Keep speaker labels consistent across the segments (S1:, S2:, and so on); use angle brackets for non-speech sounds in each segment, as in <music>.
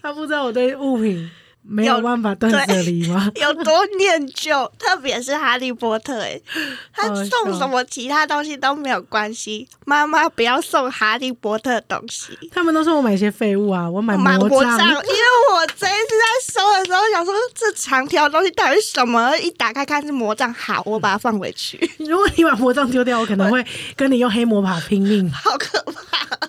S1: 他不知道我对物品没有办法断舍离 <laughs> 吗？
S2: 有多念旧，特别是哈利波特、
S1: <laughs>
S2: 欸，他
S1: 好笑
S2: 送什么其他东西都没有关系，妈妈不要送哈利波特东西。
S1: 他们都说我买一些废物啊，我买
S2: 满
S1: 魔
S2: 国
S1: 杖，
S2: 杖，因为我这一次在收的时候想说这长条东西到底是什么，一打开看是魔杖，好，我把它放
S1: <laughs>
S2: 回去，
S1: 如果你把魔杖丢掉，我可能会跟你用黑魔法拼命。
S2: 好可怕。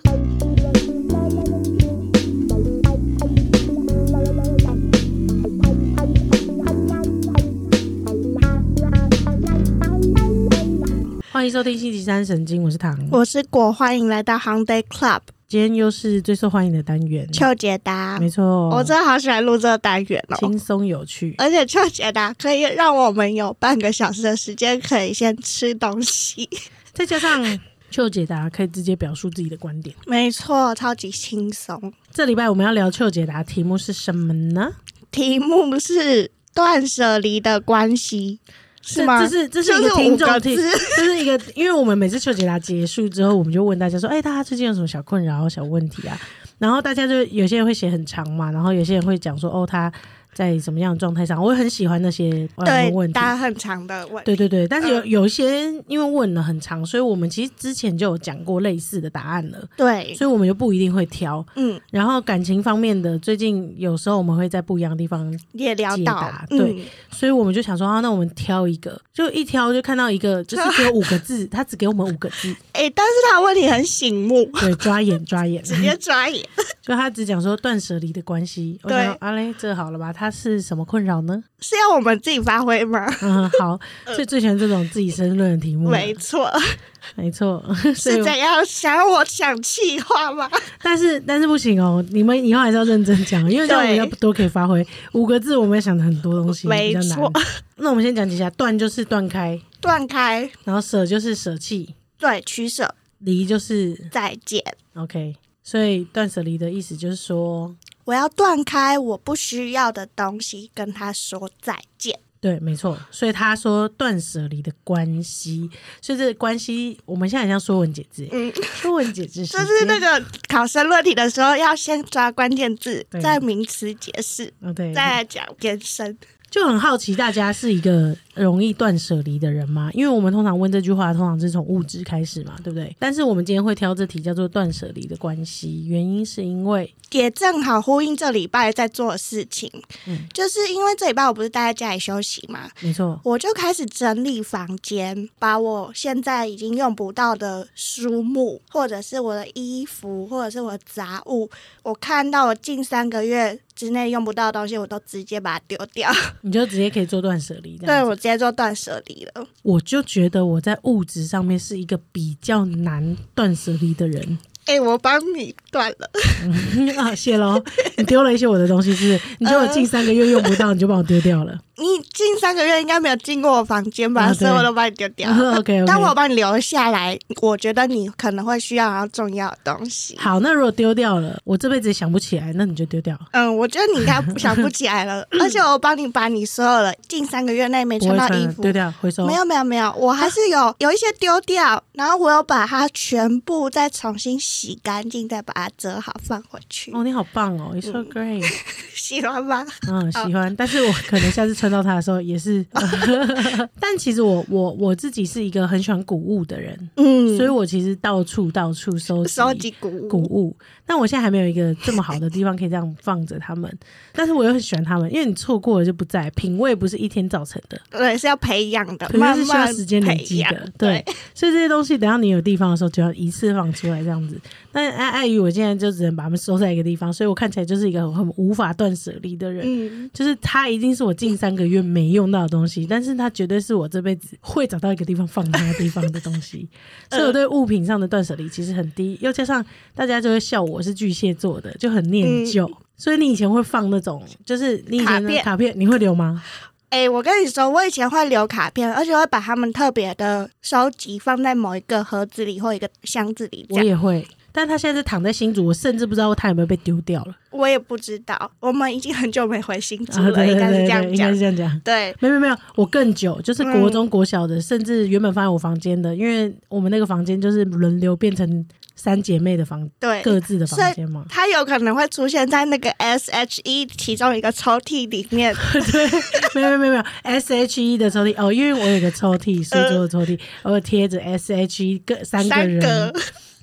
S1: 欢迎收听星期三神经，我是唐。
S2: 我是果，欢迎来到 Hong Day Club
S1: 今天又是最受欢迎的单元，
S2: 邱杰达。
S1: 没错，
S2: 我真的好喜欢录这个单元哦，
S1: 轻松有趣。
S2: 而且邱杰达可以让我们有半个小时的时间可以先吃东西，
S1: 再加上邱解答可以直接表述自己的观点。
S2: 没错，超级轻松。
S1: 这礼拜我们要聊邱解答，题目是什么呢？
S2: 题目是断舍离的关系，是吗？
S1: 这是这是一
S2: 就是
S1: 听
S2: 五个
S1: 众听，
S2: 字
S1: 这是一个，因为我们每次邱解答结束之后，我们就问大家说，哎、大家最近有什么小困扰、小问题啊？然后大家就有些人会写很长嘛，然后有些人会讲说，哦，他在什么样的状态上？我也很喜欢那些呃
S2: 对嗯
S1: 问题
S2: 答。很长的问
S1: 对对对，但是有有一些因为问了很长，所以我们其实之前就有讲过类似的答案了，
S2: 对，
S1: 所以我们就不一定会挑。
S2: 嗯，
S1: 然后感情方面的，最近有时候我们会在不一样的地方
S2: 也聊到嗯
S1: 解答，对所以我们就想说啊，那我们挑一个，就一挑就看到一个，就是只有五个字， <laughs> 他只给我们五个字，
S2: 哎、诶但是他的问题很醒目，
S1: 对，抓眼抓眼，
S2: 直接抓眼。
S1: <laughs>
S2: <laughs>
S1: 就他只讲说断舍离的关系。我想
S2: 对
S1: 说啊嘞，这好了吧？他是什么困扰呢？ <laughs>
S2: 是要我们自己发挥吗？
S1: 嗯，好，最最喜欢这种自己申论的题目了，
S2: 没错，
S1: 没错，嗯 <laughs> 所以
S2: 是
S1: 我
S2: 怎样想要我想气话吗？
S1: 但是但是不行哦，你们以后还是要认真讲，因为这样我们
S2: 对
S1: 要多可以发挥。五个字我们也想了很多东西，比
S2: 没
S1: 较难
S2: 错。
S1: 那我们先讲几下，断就是断开，
S2: 断开，
S1: 然后舍就是舍弃，
S2: 对，取舍，
S1: 离就是
S2: 再见。
S1: OK，所以断舍离的意思就是说，
S2: 我要断开我不需要的东西，跟他说再见。
S1: 对，没错。所以他说断舍离的关系，所以这个关系我们现在很像说文解字，
S2: 嗯，
S1: 说文解字时
S2: 这
S1: 间，
S2: 是那个考生论题的时候，要先抓关键字
S1: 对，
S2: 再名词解释，
S1: 哦，对，
S2: 再来讲延伸。
S1: 就很好奇，大家是一个容易断舍离的人吗？因为我们通常问这句话，通常是从物质开始嘛，对不对？但是我们今天会挑这题叫做断舍离的关系，原因是因为
S2: 也正好呼应这礼拜在做的事情，
S1: 嗯
S2: 就是因为这礼拜我不是待在家里休息嘛，
S1: 没错，
S2: 我就开始整理房间，把我现在已经用不到的书目，或者是我的衣服，或者是我的杂物，我看到我近三个月之内用不到的东西，我都直接把它丢掉。
S1: 你就直接可以做断舍离。这
S2: <laughs> 对
S1: 样子
S2: 我直接做断舍离了。
S1: 我就觉得我在物质上面是一个比较难断舍离的人。
S2: 哎、我帮你断了，
S1: 啊，谢喽！你丢了一些我的东西，是不是？你觉得我近三个月用不到，你就帮我丢掉
S2: <laughs>
S1: 了。
S2: 你近三个月应该没有进过我房间吧？
S1: 啊对啊
S2: 所以我都把你丢
S1: <laughs>
S2: 掉了。
S1: OK
S2: 但我有
S1: OK。
S2: 帮你留下来，我觉得你可能会需要然后重要的东西。
S1: 好，那如果丢掉了，我这辈子也想不起来，那你就丢掉。
S2: 嗯，我觉得你应该想不起
S1: <laughs>
S2: 来了，而且我帮你把你所有的近三个月内没
S1: 不会
S2: 穿到
S1: 穿
S2: 衣
S1: 了，
S2: 服
S1: 丢，掉，回收
S2: 没。有没有没有，我还是有有一些丢掉，然后我有把它全部再重新洗干净，再把它折好放回去，
S1: 哦，你好棒哦，It's
S2: 嗯
S1: so great。
S2: <laughs> 喜欢吗？ <laughs>
S1: 嗯，喜欢。但是我可能下次穿到它的时候也是。 <laughs> 但其实我我我自己是一个很喜欢古物的人，
S2: 嗯，
S1: 所以我其实到处到处收
S2: 收集古
S1: 古
S2: 物，
S1: 物，但我现在还没有一个这么好的地方可以这样放着它们，但是我又很喜欢它们，因为你错过了就不在，品味不是一天造成的，
S2: 对，是要培养的，
S1: 品味
S2: 慢
S1: 是需要
S2: 慢
S1: 时间累
S2: 培
S1: 积
S2: 养
S1: 的，，对
S2: 对，，
S1: 所以这些东西等到你有地方的时候，就要一次放出来这样子。但碍碍于我现在就只能把它们收在一个地方，所以我看起来就是一个很很无法断舍离的人。
S2: 嗯，
S1: 就是它一定是我近三个月没用到的东西，但是它绝对是我这辈子会找到一个地方放它的地方的东
S2: <laughs>
S1: 西，所
S2: 呃
S1: 以我对物品上的断舍离其实很低，又加上大家就会笑我是巨蟹座的，就很念旧。所以你以前会放那种，就是你以前的
S2: 嗯卡片
S1: 卡片，你会留吗？
S2: 哎、我跟你说，我以前会留卡片，而且会把 <laughs> 它们特别的收集放在某一个盒子里或一个箱子里这
S1: 我
S2: 样。
S1: 也会，但他现在是躺在新竹，我甚至不知道他有没有被丢掉了。
S2: 我也不知道，我们已经很久没回新竹
S1: 啊，
S2: 了，
S1: <laughs> 对对
S2: 应
S1: 对
S2: 该是
S1: 对
S2: 这样
S1: 对，应该
S2: 讲
S1: 是。这样讲。
S2: 对，
S1: 没有没有，我更久，就是国中、国小的，甚至原本放在我房间的，因为我们那个房间就是轮流变成三姐妹的房，
S2: 对
S1: 各自的
S2: 所
S1: 房
S2: 以
S1: 间
S2: <laughs>
S1: 嘛。
S2: 它有可能会出现在那个 S H E 其中一个抽屉里面。
S1: 没有没有没有没有，S H E 的抽屉哦，因为我有个抽屉，书桌的抽屉，呃我有贴着 S H E 各 <laughs> 三个
S2: 三
S1: 人，
S2: 个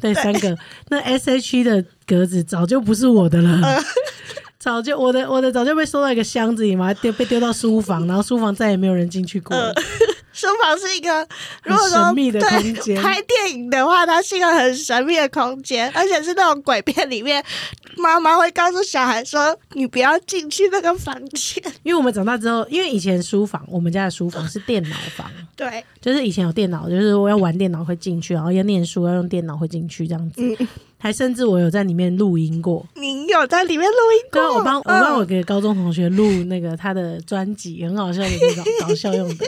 S1: 对三个，那 S H E 的格子早就不是我的了。
S2: 呃
S1: 早就我的我的早就被收到一个箱子里嘛，丢被丢到书房，然后书房再也没有人进去过
S2: 呃
S1: 了。
S2: 书房是一个，如果
S1: 很
S2: 说
S1: 神秘的空
S2: 对
S1: 间
S2: 拍电影的话，它是一个很神秘的空间，而且是那种鬼片里面，妈妈会告诉小孩说：“你不要进去那个房间。
S1: 因为我们长大之后，因为以前书房，我们家的书房是电脑房，”
S2: 对，
S1: 就是以前有电脑，就是我要玩电脑会进去，然后要念书要用电脑会进去这样子，还甚至我有在里面录音过。
S2: 你有在里面录音
S1: 对啊，
S2: 过？
S1: 我帮我
S2: 嗯
S1: 帮我给高中同学录那个他的专辑，很好笑的那种搞笑用的，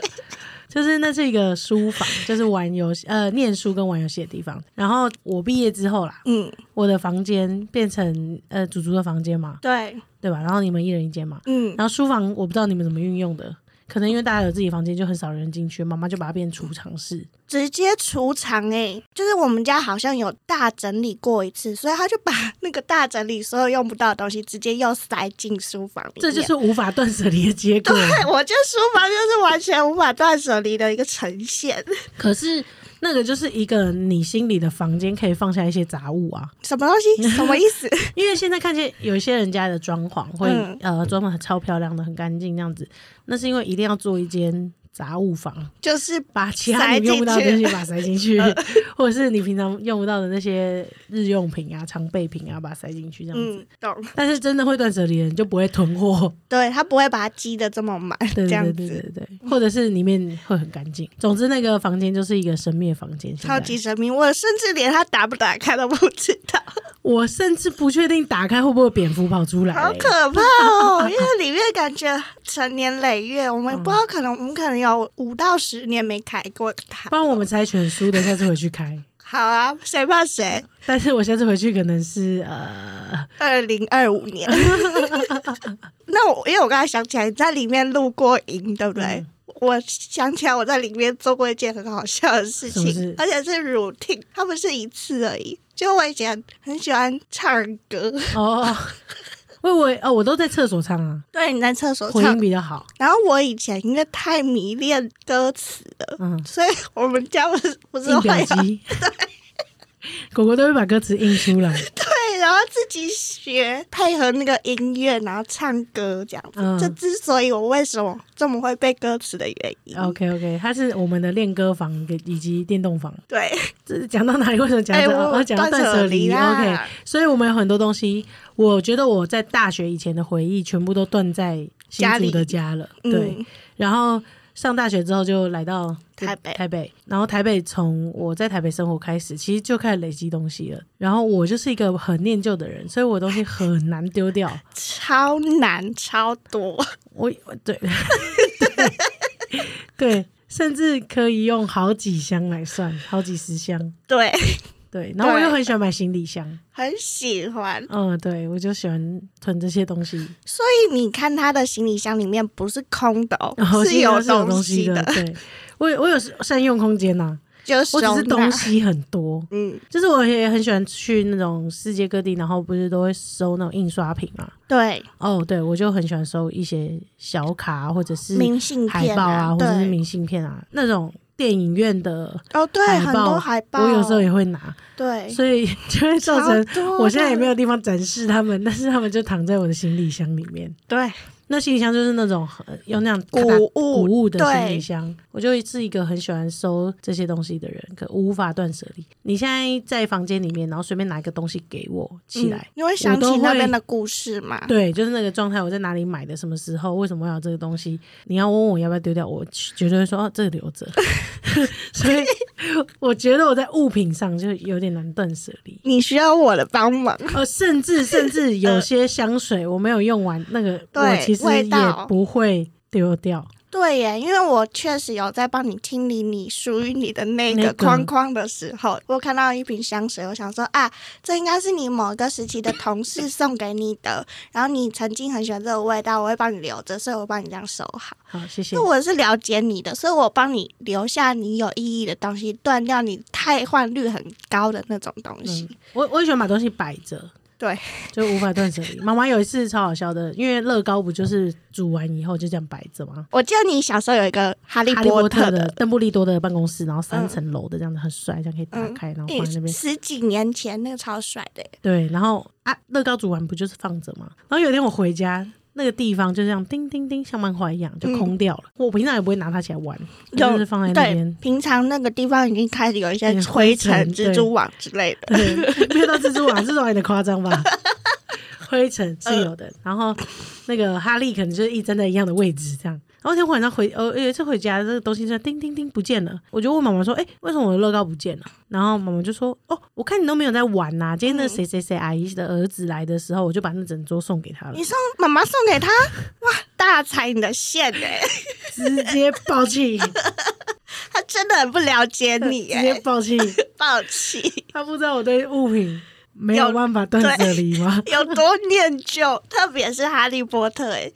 S1: 就是那是一个书房，就是玩游戏呃念书跟玩游戏的地方。然后我毕业之后啦，
S2: 嗯，
S1: 我的房间变成呃祖祖的房间嘛，
S2: 对，
S1: 对吧？然后你们一人一间嘛，
S2: 嗯，
S1: 然后书房我不知道你们怎么运用的，可能因为大家有自己房间，就很少人进去，妈妈就把它变储藏室。
S2: 直接储藏诶、就是我们家好像有大整理过一次，所以他就把那个大整理所有用不到的东西直接又塞进书房里面。
S1: 这就是无法断舍离的结果。
S2: 对， <laughs> 我觉得书房就是完全无法断舍离的一个呈现。
S1: 可是那个就是一个你心里的房间，可以放下一些杂物啊。
S2: <laughs> 什么东西？ <laughs> 什么意思？
S1: 因为现在看见有一些人家的装潢会、
S2: 嗯
S1: 呃装潢超漂亮的，很干净那样子，那是因为一定要做一间。杂物房，
S2: 就是
S1: 把其他你用不到的东西把它塞进去，
S2: 嗯
S1: <laughs> 或者是你平常用不到的那些日用品啊、常备品啊，把它塞进去这样子。
S2: 嗯，懂。
S1: 但是真的会断舍离的人就不会囤货，
S2: 对他不会把它积的这么满，
S1: 对
S2: 这样
S1: 对
S2: 子
S1: 对对对对，或者是里面会很干净。总之，那个房间就是一个神秘的房间。现在
S2: 超级神秘。我甚至连他打不打开都不知道，
S1: 我甚至不确定打开会不会有蝙蝠跑出来、
S2: 好
S1: 欸
S2: 可怕哦！ <laughs> 因为里面感觉成年累月，我们不知道可能我们可能有五到十年没开过它
S1: 不。然我们猜全书的，下次回去开。
S2: 好啊，谁怕谁？
S1: 但是我下次回去可能是呃，
S2: 二零二
S1: <laughs>
S2: 五年。那我因为我刚才想起来你在里面录过营，对不对？
S1: 嗯
S2: 我想起来我在里面做过一件很好笑的事
S1: 什么
S2: 情，
S1: 事
S2: 而且是 routine，它不是一次而已。就我以前很喜欢唱歌，
S1: 哦，我我哦，我都在厕所唱啊，
S2: 对，你在厕所
S1: 回
S2: 唱
S1: 音。比较好。
S2: 然后我以前因为太迷恋歌词了，
S1: 嗯，
S2: 所以我们家不是不是
S1: 印
S2: 会啊
S1: 表
S2: 有
S1: 机，狗狗都会把歌词印出来。
S2: 对，然后自己学配合那个音乐，然后唱歌这样子。
S1: 嗯
S2: 这之所以我为什么这么会背歌词的原因。
S1: OK OK，它是我们的练歌房以及电动房。
S2: 对，
S1: 这是讲到哪里？为什么讲
S2: 哎
S1: 到
S2: 我
S1: 哦哦讲到断
S2: 断舍
S1: 舍离
S2: 离
S1: ？OK，
S2: 啦
S1: 所以我们有很多东西，我觉得我在大学以前的回忆全部都断在新
S2: 家
S1: 竹
S2: 里
S1: 的家了。对，
S2: 嗯，
S1: 然后上大学之后就来到
S2: 台北
S1: 台北，然后台北从我在台北生活开始，其实就开始累积东西了。然后我就是一个很念旧的人，所以我的东西很难丢掉。
S2: 超难，超多， <laughs>
S1: 我我对 <laughs> 对，甚至可以用好几箱来算，好几十箱。
S2: 对，
S1: 对，然后我
S2: 对
S1: 又很喜欢买行李箱。
S2: 很喜欢。
S1: 嗯，对，我就喜欢囤这些东西，
S2: 所以你看他的行李箱里面不是空的哦，
S1: 然后
S2: 是
S1: 现在是有
S2: 东
S1: 东西
S2: 的，
S1: 对，我有我有善用空间呐、
S2: 就
S1: 我只
S2: 收
S1: 是
S2: 纳
S1: 哦东西很多。
S2: 啊嗯，
S1: 就是我也很喜欢去那种世界各地，然后不是都会收那种印刷品嘛？
S2: 对，
S1: 哦，对，我就很喜欢收一些小卡啊或者是
S2: 明信
S1: 海
S2: 片
S1: 报啊，或者是
S2: 对，
S1: 明信片啊，那种电影院的，
S2: 哦，对，
S1: 海
S2: 很
S1: 报
S2: 多海报，
S1: 我有时候也会拿，
S2: 对，
S1: 所以就会造成
S2: 超哎多的
S1: 我现在也没有地方展示它们，但是它们就躺在我的行李箱里面。
S2: 对
S1: 那行李箱就是那种很用那样
S2: 古
S1: 大
S2: 物
S1: 古物的行李
S2: 对
S1: 箱，我就是一个很喜欢收这些东西的人，可无法断舍离。你现在在房间里面，然后随便拿一个东西给我起
S2: 嗯
S1: 来，
S2: 你会想
S1: 都
S2: 起那
S1: 会
S2: 边的故事吗？
S1: 对，就是那个状态，我在哪里买的，什么时候，为什么我要有这个东西？你要问我要不要丢掉，我绝对会说哦，这个留着。所以我觉得我在物品上就有点难断舍离。
S2: 你需要我的帮忙，
S1: 呃，甚至甚至有些香水我没有用完，那个我
S2: 对
S1: 其实
S2: 味
S1: 也
S2: 道
S1: 不会丢掉。
S2: 对耶，因为我确实有在帮你清理你属于你的那
S1: 那
S2: 个
S1: 个
S2: 框框的时候，我看到一瓶香水，我想说啊，这应该是你某个时期的同事送给你 <laughs> 的，然后你曾经很喜欢这个味道，我会帮你留着，所以我帮你这样收好。
S1: 好，谢谢
S2: 因为。我是了解你的，所以我帮你留下你有意义的东西，断掉你汰换率很高的那种东西。
S1: 嗯，我我也喜欢把东西摆着，
S2: 对，
S1: <laughs> 就无法断舍离。妈妈有一次超好笑的，因为乐高不就是煮完以后就这样摆着吗？
S2: 我记得你小时候有一个哈利
S1: 哈利波
S2: 特
S1: 特
S2: 嗯
S1: 的邓布利多的办公室，然后三层楼的这样子很帅，这样可以打开，然后放在那边。
S2: 十几年前那个超帅的耶，
S1: 对，然后啊，乐高煮完不就是放着吗？然后有一天我回家，那个地方就这样叮叮叮，像漫画一样就空掉了。我平常也不会拿它起来玩，就是放在那
S2: 嗯对
S1: 边，。
S2: 平常那个地方已经开始有一些
S1: 嗯
S2: 灰尘、
S1: 灰尘
S2: 蜘蛛网之类的。
S1: 对， <laughs> 没有到蜘蛛网，蜘蛛网有点夸张吧？ <laughs> 灰尘是有的，然后那个哈利可能就是一直站在一样的位置这样。然后那天晚上回，呃，有一次回家，这个东西就叮叮叮不见了。我就问妈妈说：“哎、为什么我的乐高不见了？”然后妈妈就说：“哦，我看你都没有在玩呐、今天那个谁谁谁阿姨的儿子来的时候，我就把那整桌送给 <laughs> 他了
S2: <laughs> 你，送妈妈送
S1: <laughs>
S2: 给他，哇，大踩你的线哎，
S1: 直接爆气， <laughs> 直
S2: <laughs> 他真的很不了解
S1: <laughs>
S2: 你
S1: 接
S2: <laughs> 哎，
S1: 爆气。
S2: 暴气，
S1: 他不知道我对物品没有
S2: 有
S1: 办法断舍离吗？
S2: <laughs>
S1: <laughs>
S2: 有多念旧，特别是哈利波特哎，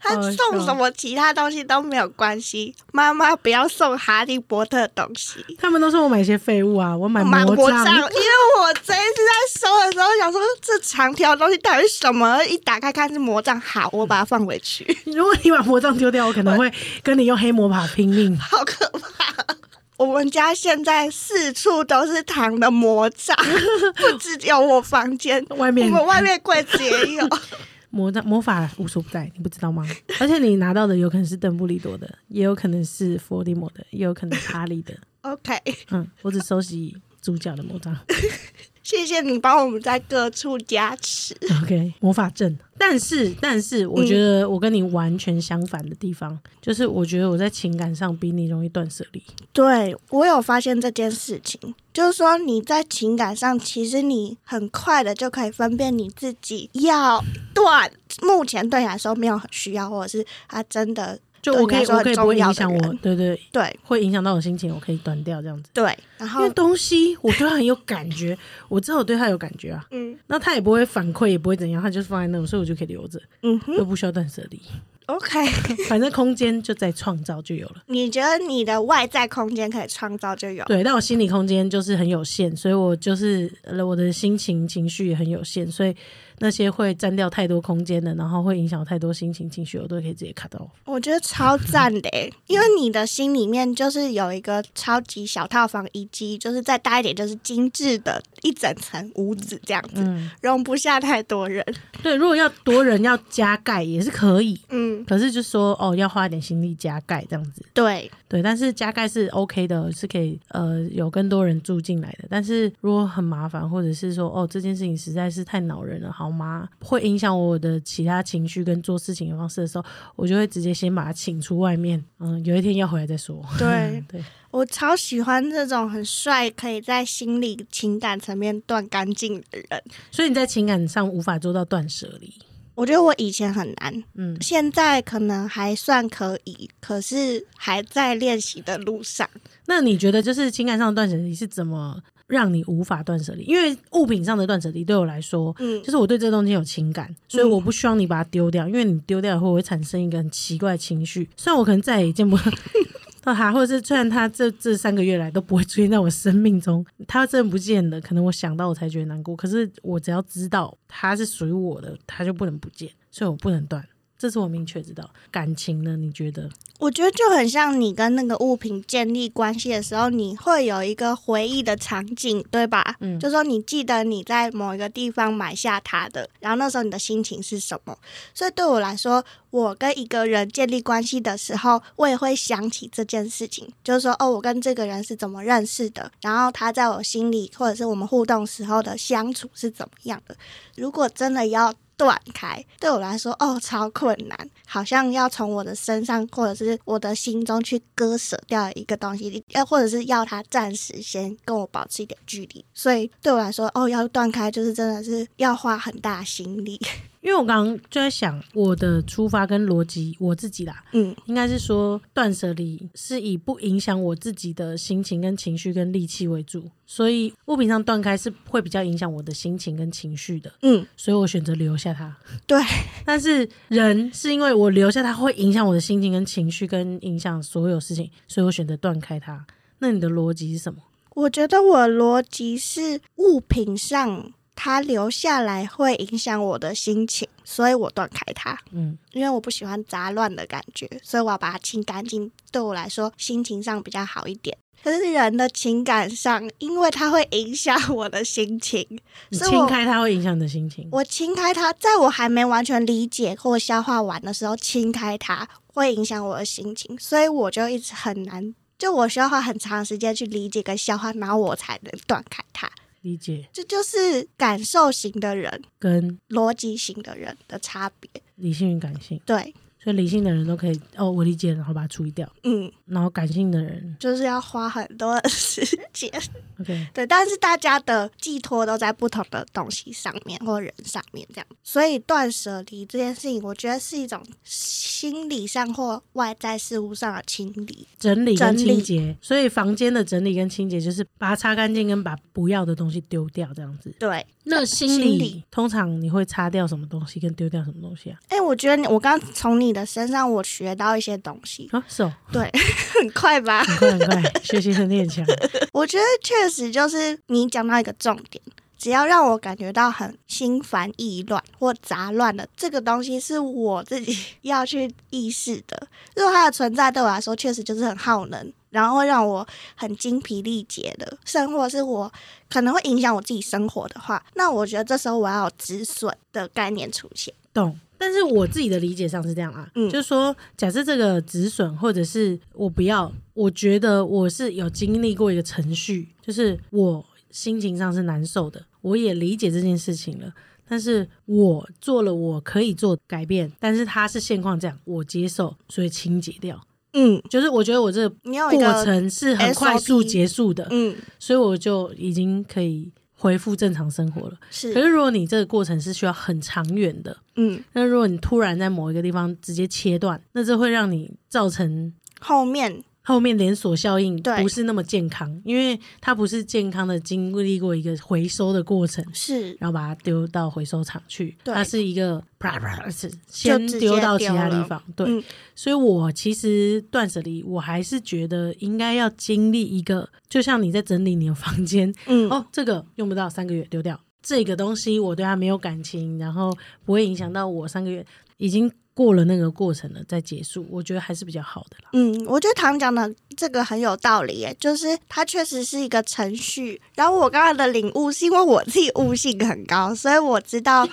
S2: 他
S1: 好笑
S2: 送什么其他东西都没有关系，妈妈不要送哈利波特的东西。
S1: 他们都说我买一些废物啊，我买
S2: 满
S1: 魔
S2: 国
S1: 杖
S2: 账，因为我这一次在收的时候想说这长条东西到底是什么，一打开看是魔杖，好，我把它放回去， <laughs>
S1: 如果你把魔杖丢掉，我可能会跟你用黑魔法拼命。
S2: 好可怕。我们家现在四处都是糖的魔杖， <laughs> 不只有我房间，
S1: <laughs> 外
S2: 我
S1: 面
S2: 们外面柜子也有。
S1: 魔杖魔法无所不在，你不知道吗？ <laughs> 而且你拿到的有可能是邓布利多的，也有可能是伏地魔的，也有可能是哈利 <laughs> 的。
S2: OK，
S1: 嗯，我只收集主角的魔 <laughs> 杖。
S2: 谢谢你帮我们在各处加持。
S1: OK，魔法阵。但是，但是，我觉得我跟你完全相反的地方，就是我觉得我在情感上比你容易断舍离。
S2: 对我有发现这件事情，就是说你在情感上，其实你很快的就可以分辨你自己要断，目前对你来说没有很需要，或者是他真的
S1: 就
S2: 对
S1: 我可以，
S2: 你来说
S1: 我可以不会
S2: 很重要
S1: 影
S2: 的
S1: 响我，
S2: 人
S1: 对对，
S2: 对
S1: 会影响到我心情，我可以断掉这样子。
S2: 对，然
S1: 因为
S2: 后
S1: 东西我对它很有感觉，我知道我对它有感觉啊，
S2: 嗯
S1: 那他也不会反馈，也不会怎样，他就是放在那，所以我就可以留着，
S2: 嗯哼
S1: 又不需要断舍离。
S2: ，OK， <laughs>
S1: 反正空间就在创造就有了。
S2: 你觉得你的外在空间可以创造就有，
S1: 对，但我心理空间就是很有限，所以我就是呃我的心情情绪也很有限，所以那些会占掉太多空间的，然后会影响太多心情情绪，我都可以直接 cut off。
S2: 我觉得超赞的欸，因为你的心里面就是有一个超级小套房，以及就是再大一点就是精致的一整层屋子这样子，
S1: 嗯，
S2: 容不下太多人，
S1: 对，如果要多人要加盖也是可以，
S2: 嗯，
S1: 可是就说哦要花一点心力加盖这样子。
S2: 对。
S1: 对，但是加盖是 OK 的，是可以呃有更多人住进来的。但是如果很麻烦，或者是说哦这件事情实在是太恼人了，好吗？会影响我的其他情绪跟做事情的方式的时候，我就会直接先把它请出外面。嗯，有一天要回来再说。
S2: 对
S1: <laughs> 对，
S2: 我超喜欢这种很帅，可以在心理情感层面断干净的人。
S1: 所以你在情感上无法做到断舍离。
S2: 我觉得我以前很难，
S1: 嗯，
S2: 现在可能还算可以，可是还在练习的路上。
S1: 那你觉得就是情感上的断舍离是怎么让你无法断舍离？因为物品上的断舍离对我来说，
S2: 嗯
S1: 就是我对这东西有情感，所以我不希望你把它丢掉，因为你丢掉以后我会产生一个很奇怪的情绪。虽然我可能再也见不 <laughs> 到他，或者是虽然他这这三个月来都不会出现在我生命中，他真的不见了，可能我想到我才觉得难过。可是我只要知道他是属于我的，他就不能不见，所以我不能断。这是我明确知道。感情呢？你觉得？
S2: 我觉得就很像你跟那个物品建立关系的时候，你会有一个回忆的场景，对吧？
S1: 嗯
S2: 就说你记得你在某一个地方买下它的，然后那时候你的心情是什么。所以对我来说，我跟一个人建立关系的时候，我也会想起这件事情，就是说哦，我跟这个人是怎么认识的，然后他在我心里或者是我们互动时候的相处是怎么样的。如果真的要断开，对我来说，哦，超困难，好像要从我的身上或者是我的心中去割舍掉一个东西，要或者是要它暂时先跟我保持一点距离。所以对我来说，哦，要断开就是真的是要花很大心力。
S1: 因为我刚刚就在想我的出发跟逻辑，我自己啦，
S2: 嗯，
S1: 应该是说断舍离是以不影响我自己的心情跟情绪跟力气为主，所以物品上断开是会比较影响我的心情跟情绪的，
S2: <laughs> 嗯，
S1: 所以我选择留下它。 <laughs>
S2: 对，
S1: 但是人是因为我留下它会影响我的心情跟情绪，跟影响所有事情，所以我选择断开它。那你的逻辑是什么？
S2: 我觉得我的逻辑是物品上它留下来会影响我的心情，所以我断开它，
S1: 嗯，
S2: 因为我不喜欢杂乱的感觉，所以我要把它清干净，对我来说心情上比较好一点。可是人的情感上，因为它会影响我的心情，
S1: 你
S2: 所以
S1: 清
S2: 我
S1: 开它会影响你的心情。
S2: 我清开它，在我还没完全理解或消化完的时候清开它，会影响我的心情，所以我就一直很难，就我需要花很长时间去理解跟消化，然后我才能断开它。
S1: 理解
S2: 这就是感受型的人、
S1: 跟
S2: 逻辑型的人的差别。
S1: 理性与感性，
S2: 对，
S1: 所以理性的人都可以哦，我理解，然后把它处理掉。
S2: 嗯，
S1: 然后感性的人
S2: 就是要花很多的时间。
S1: ，OK，
S2: 对，但是大家的寄托都在不同的东西上面或人上面，这样，所以断舍离这件事情，我觉得是一种心理上或外在事物上的清理。
S1: 整理跟
S2: 整理
S1: 清洁。所以房间的整理跟清洁就是把它擦干净，跟把不要的东西丢掉这样子。
S2: 对，
S1: 那心
S2: 理
S1: 理通常你会擦掉什么东西，跟丢掉什么东西啊？
S2: 哎、我觉得你，我刚从你的身上我学到一些东西，
S1: 啊，是哦，
S2: 对，很快
S1: <laughs>
S2: 吧？
S1: 很快很快，学习能力很强。
S2: 我觉得确实就是你讲到一个重点，只要让我感觉到很心烦意乱或杂乱的这个东西，是我自己 <laughs> 要去意识的。如果它的存在对我来说确实就是很耗能，然后会让我很精疲力竭的生活，是我可能会影响我自己生活的话，那我觉得这时候我要有止损的概念出现。
S1: 懂。但是我自己的理解上是这样啊，
S2: 嗯
S1: 就是说，假设这个止损或者是我不要，我觉得我是有经历过一个程序，就是我心情上是难受的，我也理解这件事情了，但是我做了我可以做的改变，但是它是现况这样，我接受，所以清洁掉。
S2: 嗯，
S1: 就是我觉得我这个
S2: 你有一
S1: 过
S2: 个
S1: 程是很快速
S2: SOP
S1: 结束的，
S2: 嗯
S1: 所以我就已经可以恢复正常生活了。可
S2: 是
S1: 是如果你这个过程是需要很长远的，
S2: 嗯
S1: 那如果你突然在某一个地方直接切断，那这会让你造成
S2: 后面
S1: 后面连锁效应
S2: 对
S1: 不是那么健康，因为它不是健康的经历过一个回收的过程，
S2: 是
S1: 然后把它丢到回收厂去，
S2: 对
S1: 它是一个啪啪是先丢到其他地方。对，
S2: 嗯
S1: 所以我其实断舍离，我还是觉得应该要经历一个，就像你在整理你的房间，
S2: 嗯
S1: 哦，这个用不到三个月丢掉，这个东西我对它没有感情，然后不会影响到我三个月，已经过了那个过程了，再结束，我觉得还是比较好的啦。
S2: 嗯，我觉得唐讲的这个很有道理耶，就是它确实是一个程序。然后我刚刚的领悟是因为我自己悟性很高，所以我知道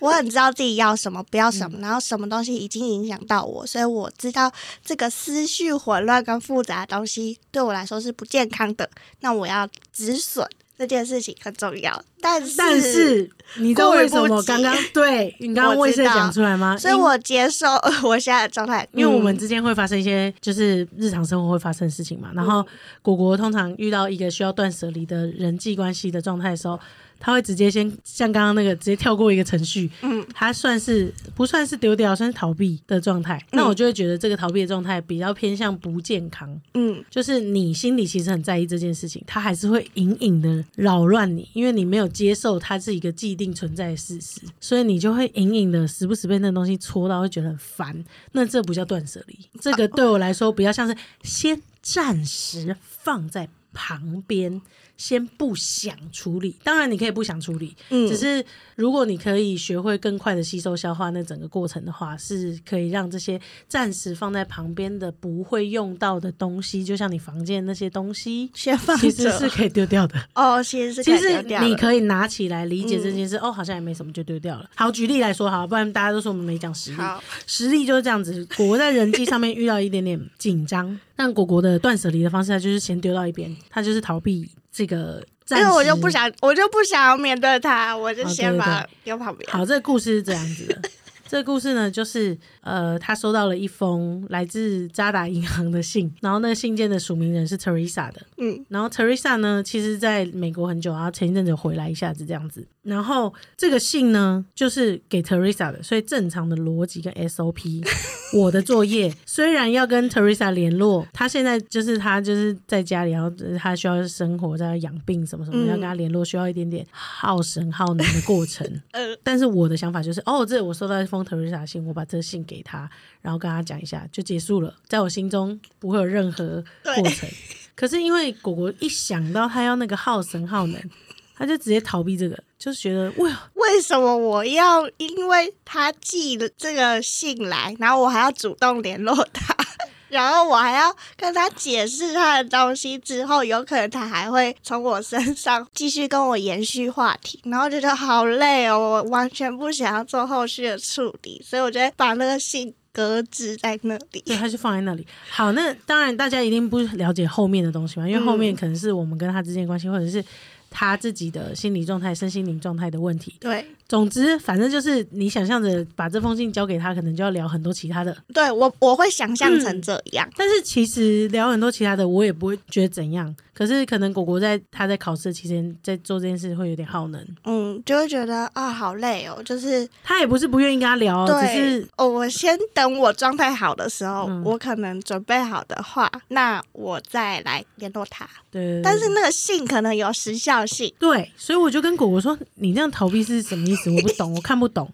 S2: 我很知道自己要什么，不要什
S1: 嗯
S2: 么，然后什么东西已经影响到我，所以我知道这个思绪混乱跟复杂的东西对我来说是不健康的。那我要止损这件事情很重要，但是
S1: 但是你知道为什么刚刚
S2: <laughs>
S1: 对你刚刚
S2: 我
S1: 为
S2: 知
S1: 什
S2: 道
S1: 么讲出来吗？
S2: 所以我接受我现在的状态，
S1: 因为我们
S2: 嗯
S1: 之间会发生一些就是日常生活会发生的事情嘛。然
S2: 嗯
S1: 后果果通常遇到一个需要断舍离的人际关系的状态的时候，他会直接先像刚刚那个直接跳过一个程序，
S2: 嗯，
S1: 他算是不算是丢掉，算是逃避的状态。那我就会觉得这个逃避的状态比较偏向不健康。
S2: 嗯
S1: 就是你心里其实很在意这件事情，它还是会隐隐的扰乱你，因为你没有接受它是一个既定存在的事实，所以你就会隐隐的时不时被那东西戳到，会觉得很烦。那这不叫断舍离，这
S2: <laughs>
S1: 个对我来说比较像是先暂时放在旁边，先不想处理。当然，你可以不想处理，
S2: 嗯，
S1: 只是如果你可以学会更快的吸收消化那整个过程的话，是可以让这些暂时放在旁边的不会用到的东西，就像你房间那些东西，
S2: 先放
S1: 其实
S2: 着
S1: 是可以丢掉
S2: <laughs>
S1: 的。
S2: 哦，其实是
S1: 其
S2: 可以
S1: 实
S2: 丢掉
S1: 你
S2: 了
S1: 可以拿起来理解这
S2: 嗯
S1: 件事，哦，好像也没什么，就丢掉了。好，举例来说，好，不然大家都说我们没讲实例。
S2: 好。
S1: 实力就是这样子。果果在人际上面遇到一点点紧张，但果果的断舍离的方式，他就是先丢到一边，他就是逃避这个暂
S2: 因
S1: 时。
S2: 哎为我就不想，我就不想要面对他，我就
S1: 哦
S2: 先
S1: 对对
S2: 把它丢旁边。
S1: 好，这个故事是这样子的。这个故事呢，就是呃，他收到了一封来自渣打银行的信，然后那个信件的署名人是 Teresa 的。
S2: 嗯
S1: 然后 Teresa 呢，其实在美国很久，然后前一阵子有回来一下子这样子。然后这个信呢，就是给 Teresa 的，所以正常的逻辑跟 SOP，我的作业虽然要跟 Teresa 联络，她现在就是她就是在家里，然后她需要生活，在养病什么什么，要跟她联络，需要一点点耗神耗能的过程。
S2: 呃
S1: 但是我的想法就是，哦，这我收到一封 Teresa 的信，我把这信给她，然后跟她讲一下，就结束了，在我心中不会有任何过程。可是因为果果一想到她要那个耗神耗能， <laughs> 她就直接逃避这个，就是觉得哇，
S2: 为什么我要因为他寄了这个信来，然后我还要主动联络他， <laughs> 然后我还要跟他解释他的东西之后，有可能他还会从我身上继续跟我延续话题，然后觉得好累哦，我完全不想要做后续的处理，所以我就会把那个信搁置在那里。
S1: 对，他就放在那里。好，那当然大家一定不了解后面的东西嘛，因为后面可能是我们跟他之间的关系，或者是他自己的心理状态、身心灵状态的问题。
S2: 对，
S1: 总之，反正就是你想象着把这封信交给他，可能就要聊很多其他的。
S2: 对我我会想象
S1: 嗯
S2: 成这样。
S1: 但是其实聊很多其他的，我也不会觉得怎样。可是可能果果在他在考试期间在做这件事会有点耗能，
S2: 嗯，就会觉得啊、好累哦，就是
S1: 他也不是不愿意跟他聊，只
S2: 对
S1: 是，
S2: 哦，我先等我状态好的时候，
S1: 嗯
S2: 我可能准备好的话，那我再来联络他。
S1: 对，
S2: 但是那个信可能有时效性，
S1: 对，所以我就跟果果说：“你这样逃避是什么意思？我不懂，我看不懂，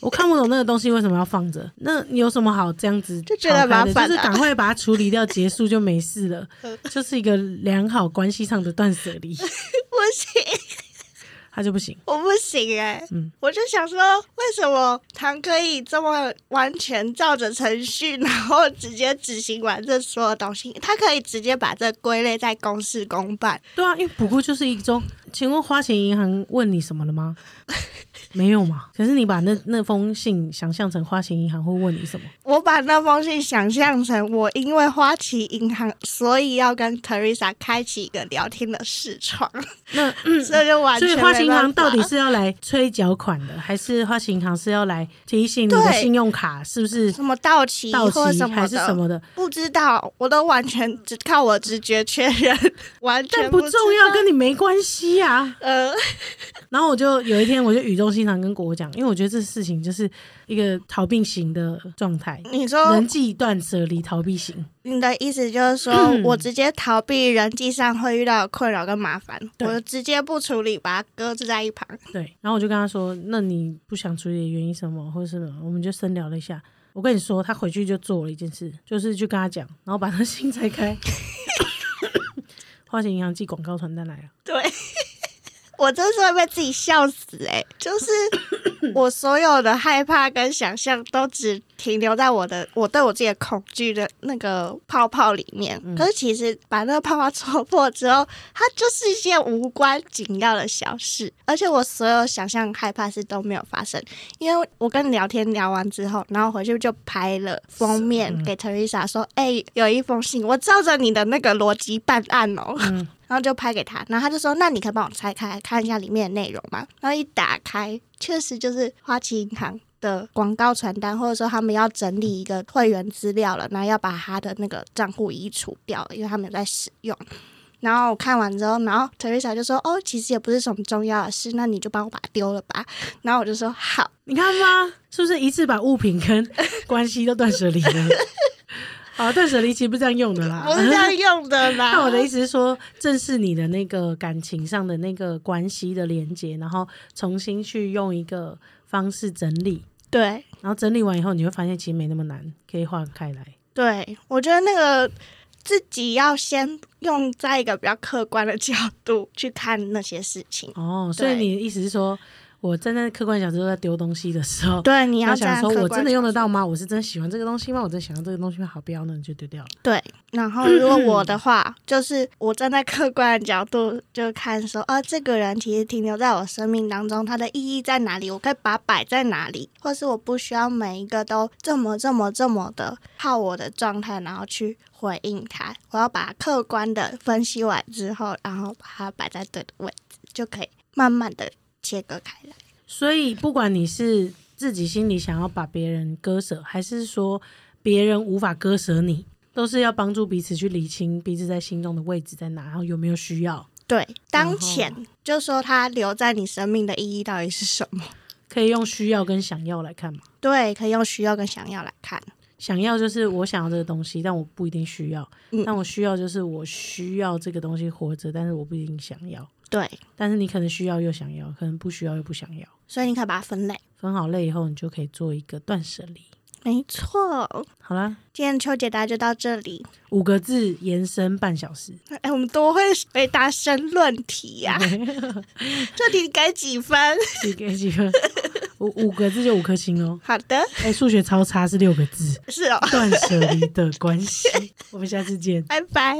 S1: 我看不懂那个东西为什么要放着？那你有什么好这样子
S2: 就觉得
S1: 逃开的
S2: 麻烦啊
S1: 就是赶快把它处理掉，结束就没事了
S2: 嗯，
S1: 就是一个良好关系上的断舍
S2: <laughs>
S1: 离。
S2: 不行，
S1: 他就不行，
S2: 我不行哎、
S1: 嗯
S2: 我就想说，为什么唐可以这么完全照着程序，然后直接执行完这所有东西？他可以直接把这归类在公事公办，
S1: 对啊，因为不过就是一周。请问花钱银行问你什么了
S2: <laughs>
S1: 吗？没有嘛？可是你把那那封信想象成花钱银行会问你什么？
S2: 我把那封信想象成我因为花旗银行，所以要跟 Teresa 开启一个聊天的视窗， <laughs>
S1: 那嗯
S2: 所以就完
S1: 所以
S2: 全没
S1: 花旗银行
S2: 办
S1: 到
S2: 法
S1: 底是要来催缴款的，还是花旗银行是要来提醒你的
S2: 对
S1: 信用卡是不是
S2: 什么到期
S1: 到
S2: 或
S1: 期
S2: 什么
S1: 还
S2: 的，
S1: 是什么的？
S2: 不知道，我都完全只靠我直觉确认， <laughs> 完
S1: 但
S2: 全
S1: 不
S2: 知
S1: 重要，跟你没关系呀、啊。
S2: 呃，
S1: 然后我就有一天，我就语重心长跟果果讲，因为我觉得这事情就是一个逃避型的状态，
S2: 你说
S1: 人际断舍离逃避型。
S2: 你的意思就是说、
S1: 嗯
S2: 我直接逃避人际上会遇到的困扰跟麻烦，
S1: 对
S2: 我直接不处理，把它搁置在一旁。
S1: 对，然后我就跟他说：“那你不想处理的原因什么，或者是什么？”我们就深聊了一下。我跟你说，他回去就做了一件事，就是去跟他讲，然后把他 <laughs> 心拆
S2: <laughs>
S1: 开。花钱银行寄广告传单来了，
S2: <laughs> 对，我真是会被自己笑死哎、就是我所有的害怕跟想象都只停留在我的我对我自己的恐惧的那个泡泡里面，可是其实把那个泡 <laughs> 泡戳破之后，它就是一件无关紧要的小事，而且我所有想象害怕事都没有发生，因为我跟你聊天聊完之后，然后回去就拍了封面给 Teresa 说，哎、有一封信，我照着你的那个逻辑办案哦。然后就拍给他，然后他就说：“那你可以帮我拆开看一下里面的内容吗？”然后一打开，确实就是花旗银行的广告传单，或者说他们要整理一个会员资料了，然后要把他的那个账户移除掉了，因为他们有在使用。然后我看完之后，然后 Teresa 就说：“哦，其实也不是什么重要的事，那你就帮我把它丢了吧。”然后我就说：“好。
S1: 你看吗？是不是一次把物品跟关系都断舍离
S2: <laughs>
S1: 了？啊，断舍离其实不是这样用的”啦，
S2: 我是这样用的啦。
S1: 那我的意思是说，正视你的那个感情上的那个关系的连接，然后重新去用一个方式整理，
S2: <laughs> 对
S1: 然后整理完以后，你会发现其实没那么难，可以划开来。
S2: 对，我觉得那个自己要先用在一个比较客观的角度去看那些事情。
S1: 哦，所以
S2: 对
S1: 你的意思是说，我站在客观角度在丢东西的时候，
S2: 对，你要这
S1: 想
S2: 样
S1: 说 <laughs>
S2: 客
S1: 我
S2: 观
S1: 真的用得
S2: 角
S1: 到吗？我是真喜欢这个东西吗？我真想要这个东西吗？好，不要，那你就丢掉了。
S2: 度。对，然后如果
S1: <clears throat>
S2: 我的话，就是我站在客观的角度就看说，啊，这个人其实停留在我生命当中，它的意义在哪里？我可以把它摆在哪里，或是我不需要每一个都这么这么这么的靠我的状态，然后去回应它。我要把它客观的分析完之后，然后把它摆在对的位置，就可以慢慢的切割开来。
S1: 所以，不管你是自己心里想要把别人割舍，还是说别人无法割舍你，都是要帮助彼此去理清彼此在心中的位置在哪，然后有没有需要。
S2: 对，当
S1: 然后
S2: 前就说它留在你生命的意义到底是什么？
S1: 可以用需要跟想要来看嘛。
S2: 对，可以用需要跟想要来看。
S1: 想要就是我想要这个东西，但我不一定需要；
S2: 嗯
S1: 但我需要就是我需要这个东西活着，但是我不一定想要。
S2: 对，
S1: 但是你可能需要又想要，可能不需要又不想要。
S2: 所以你可以把它分类。
S1: 分好类以后，你就可以做一个断舍离。
S2: 没错，
S1: 好啦，
S2: 今天的秋解答就到这里。
S1: 五个字延伸半小时，
S2: 哎、我们多会回答申论题呀、这题给几分？
S1: 几个几个？五五个字就五颗星哦。
S2: 好的，
S1: 哎、数学超差是六个字，
S2: 是哦，
S1: 断舍离的关系。我们下次见。
S2: 拜拜。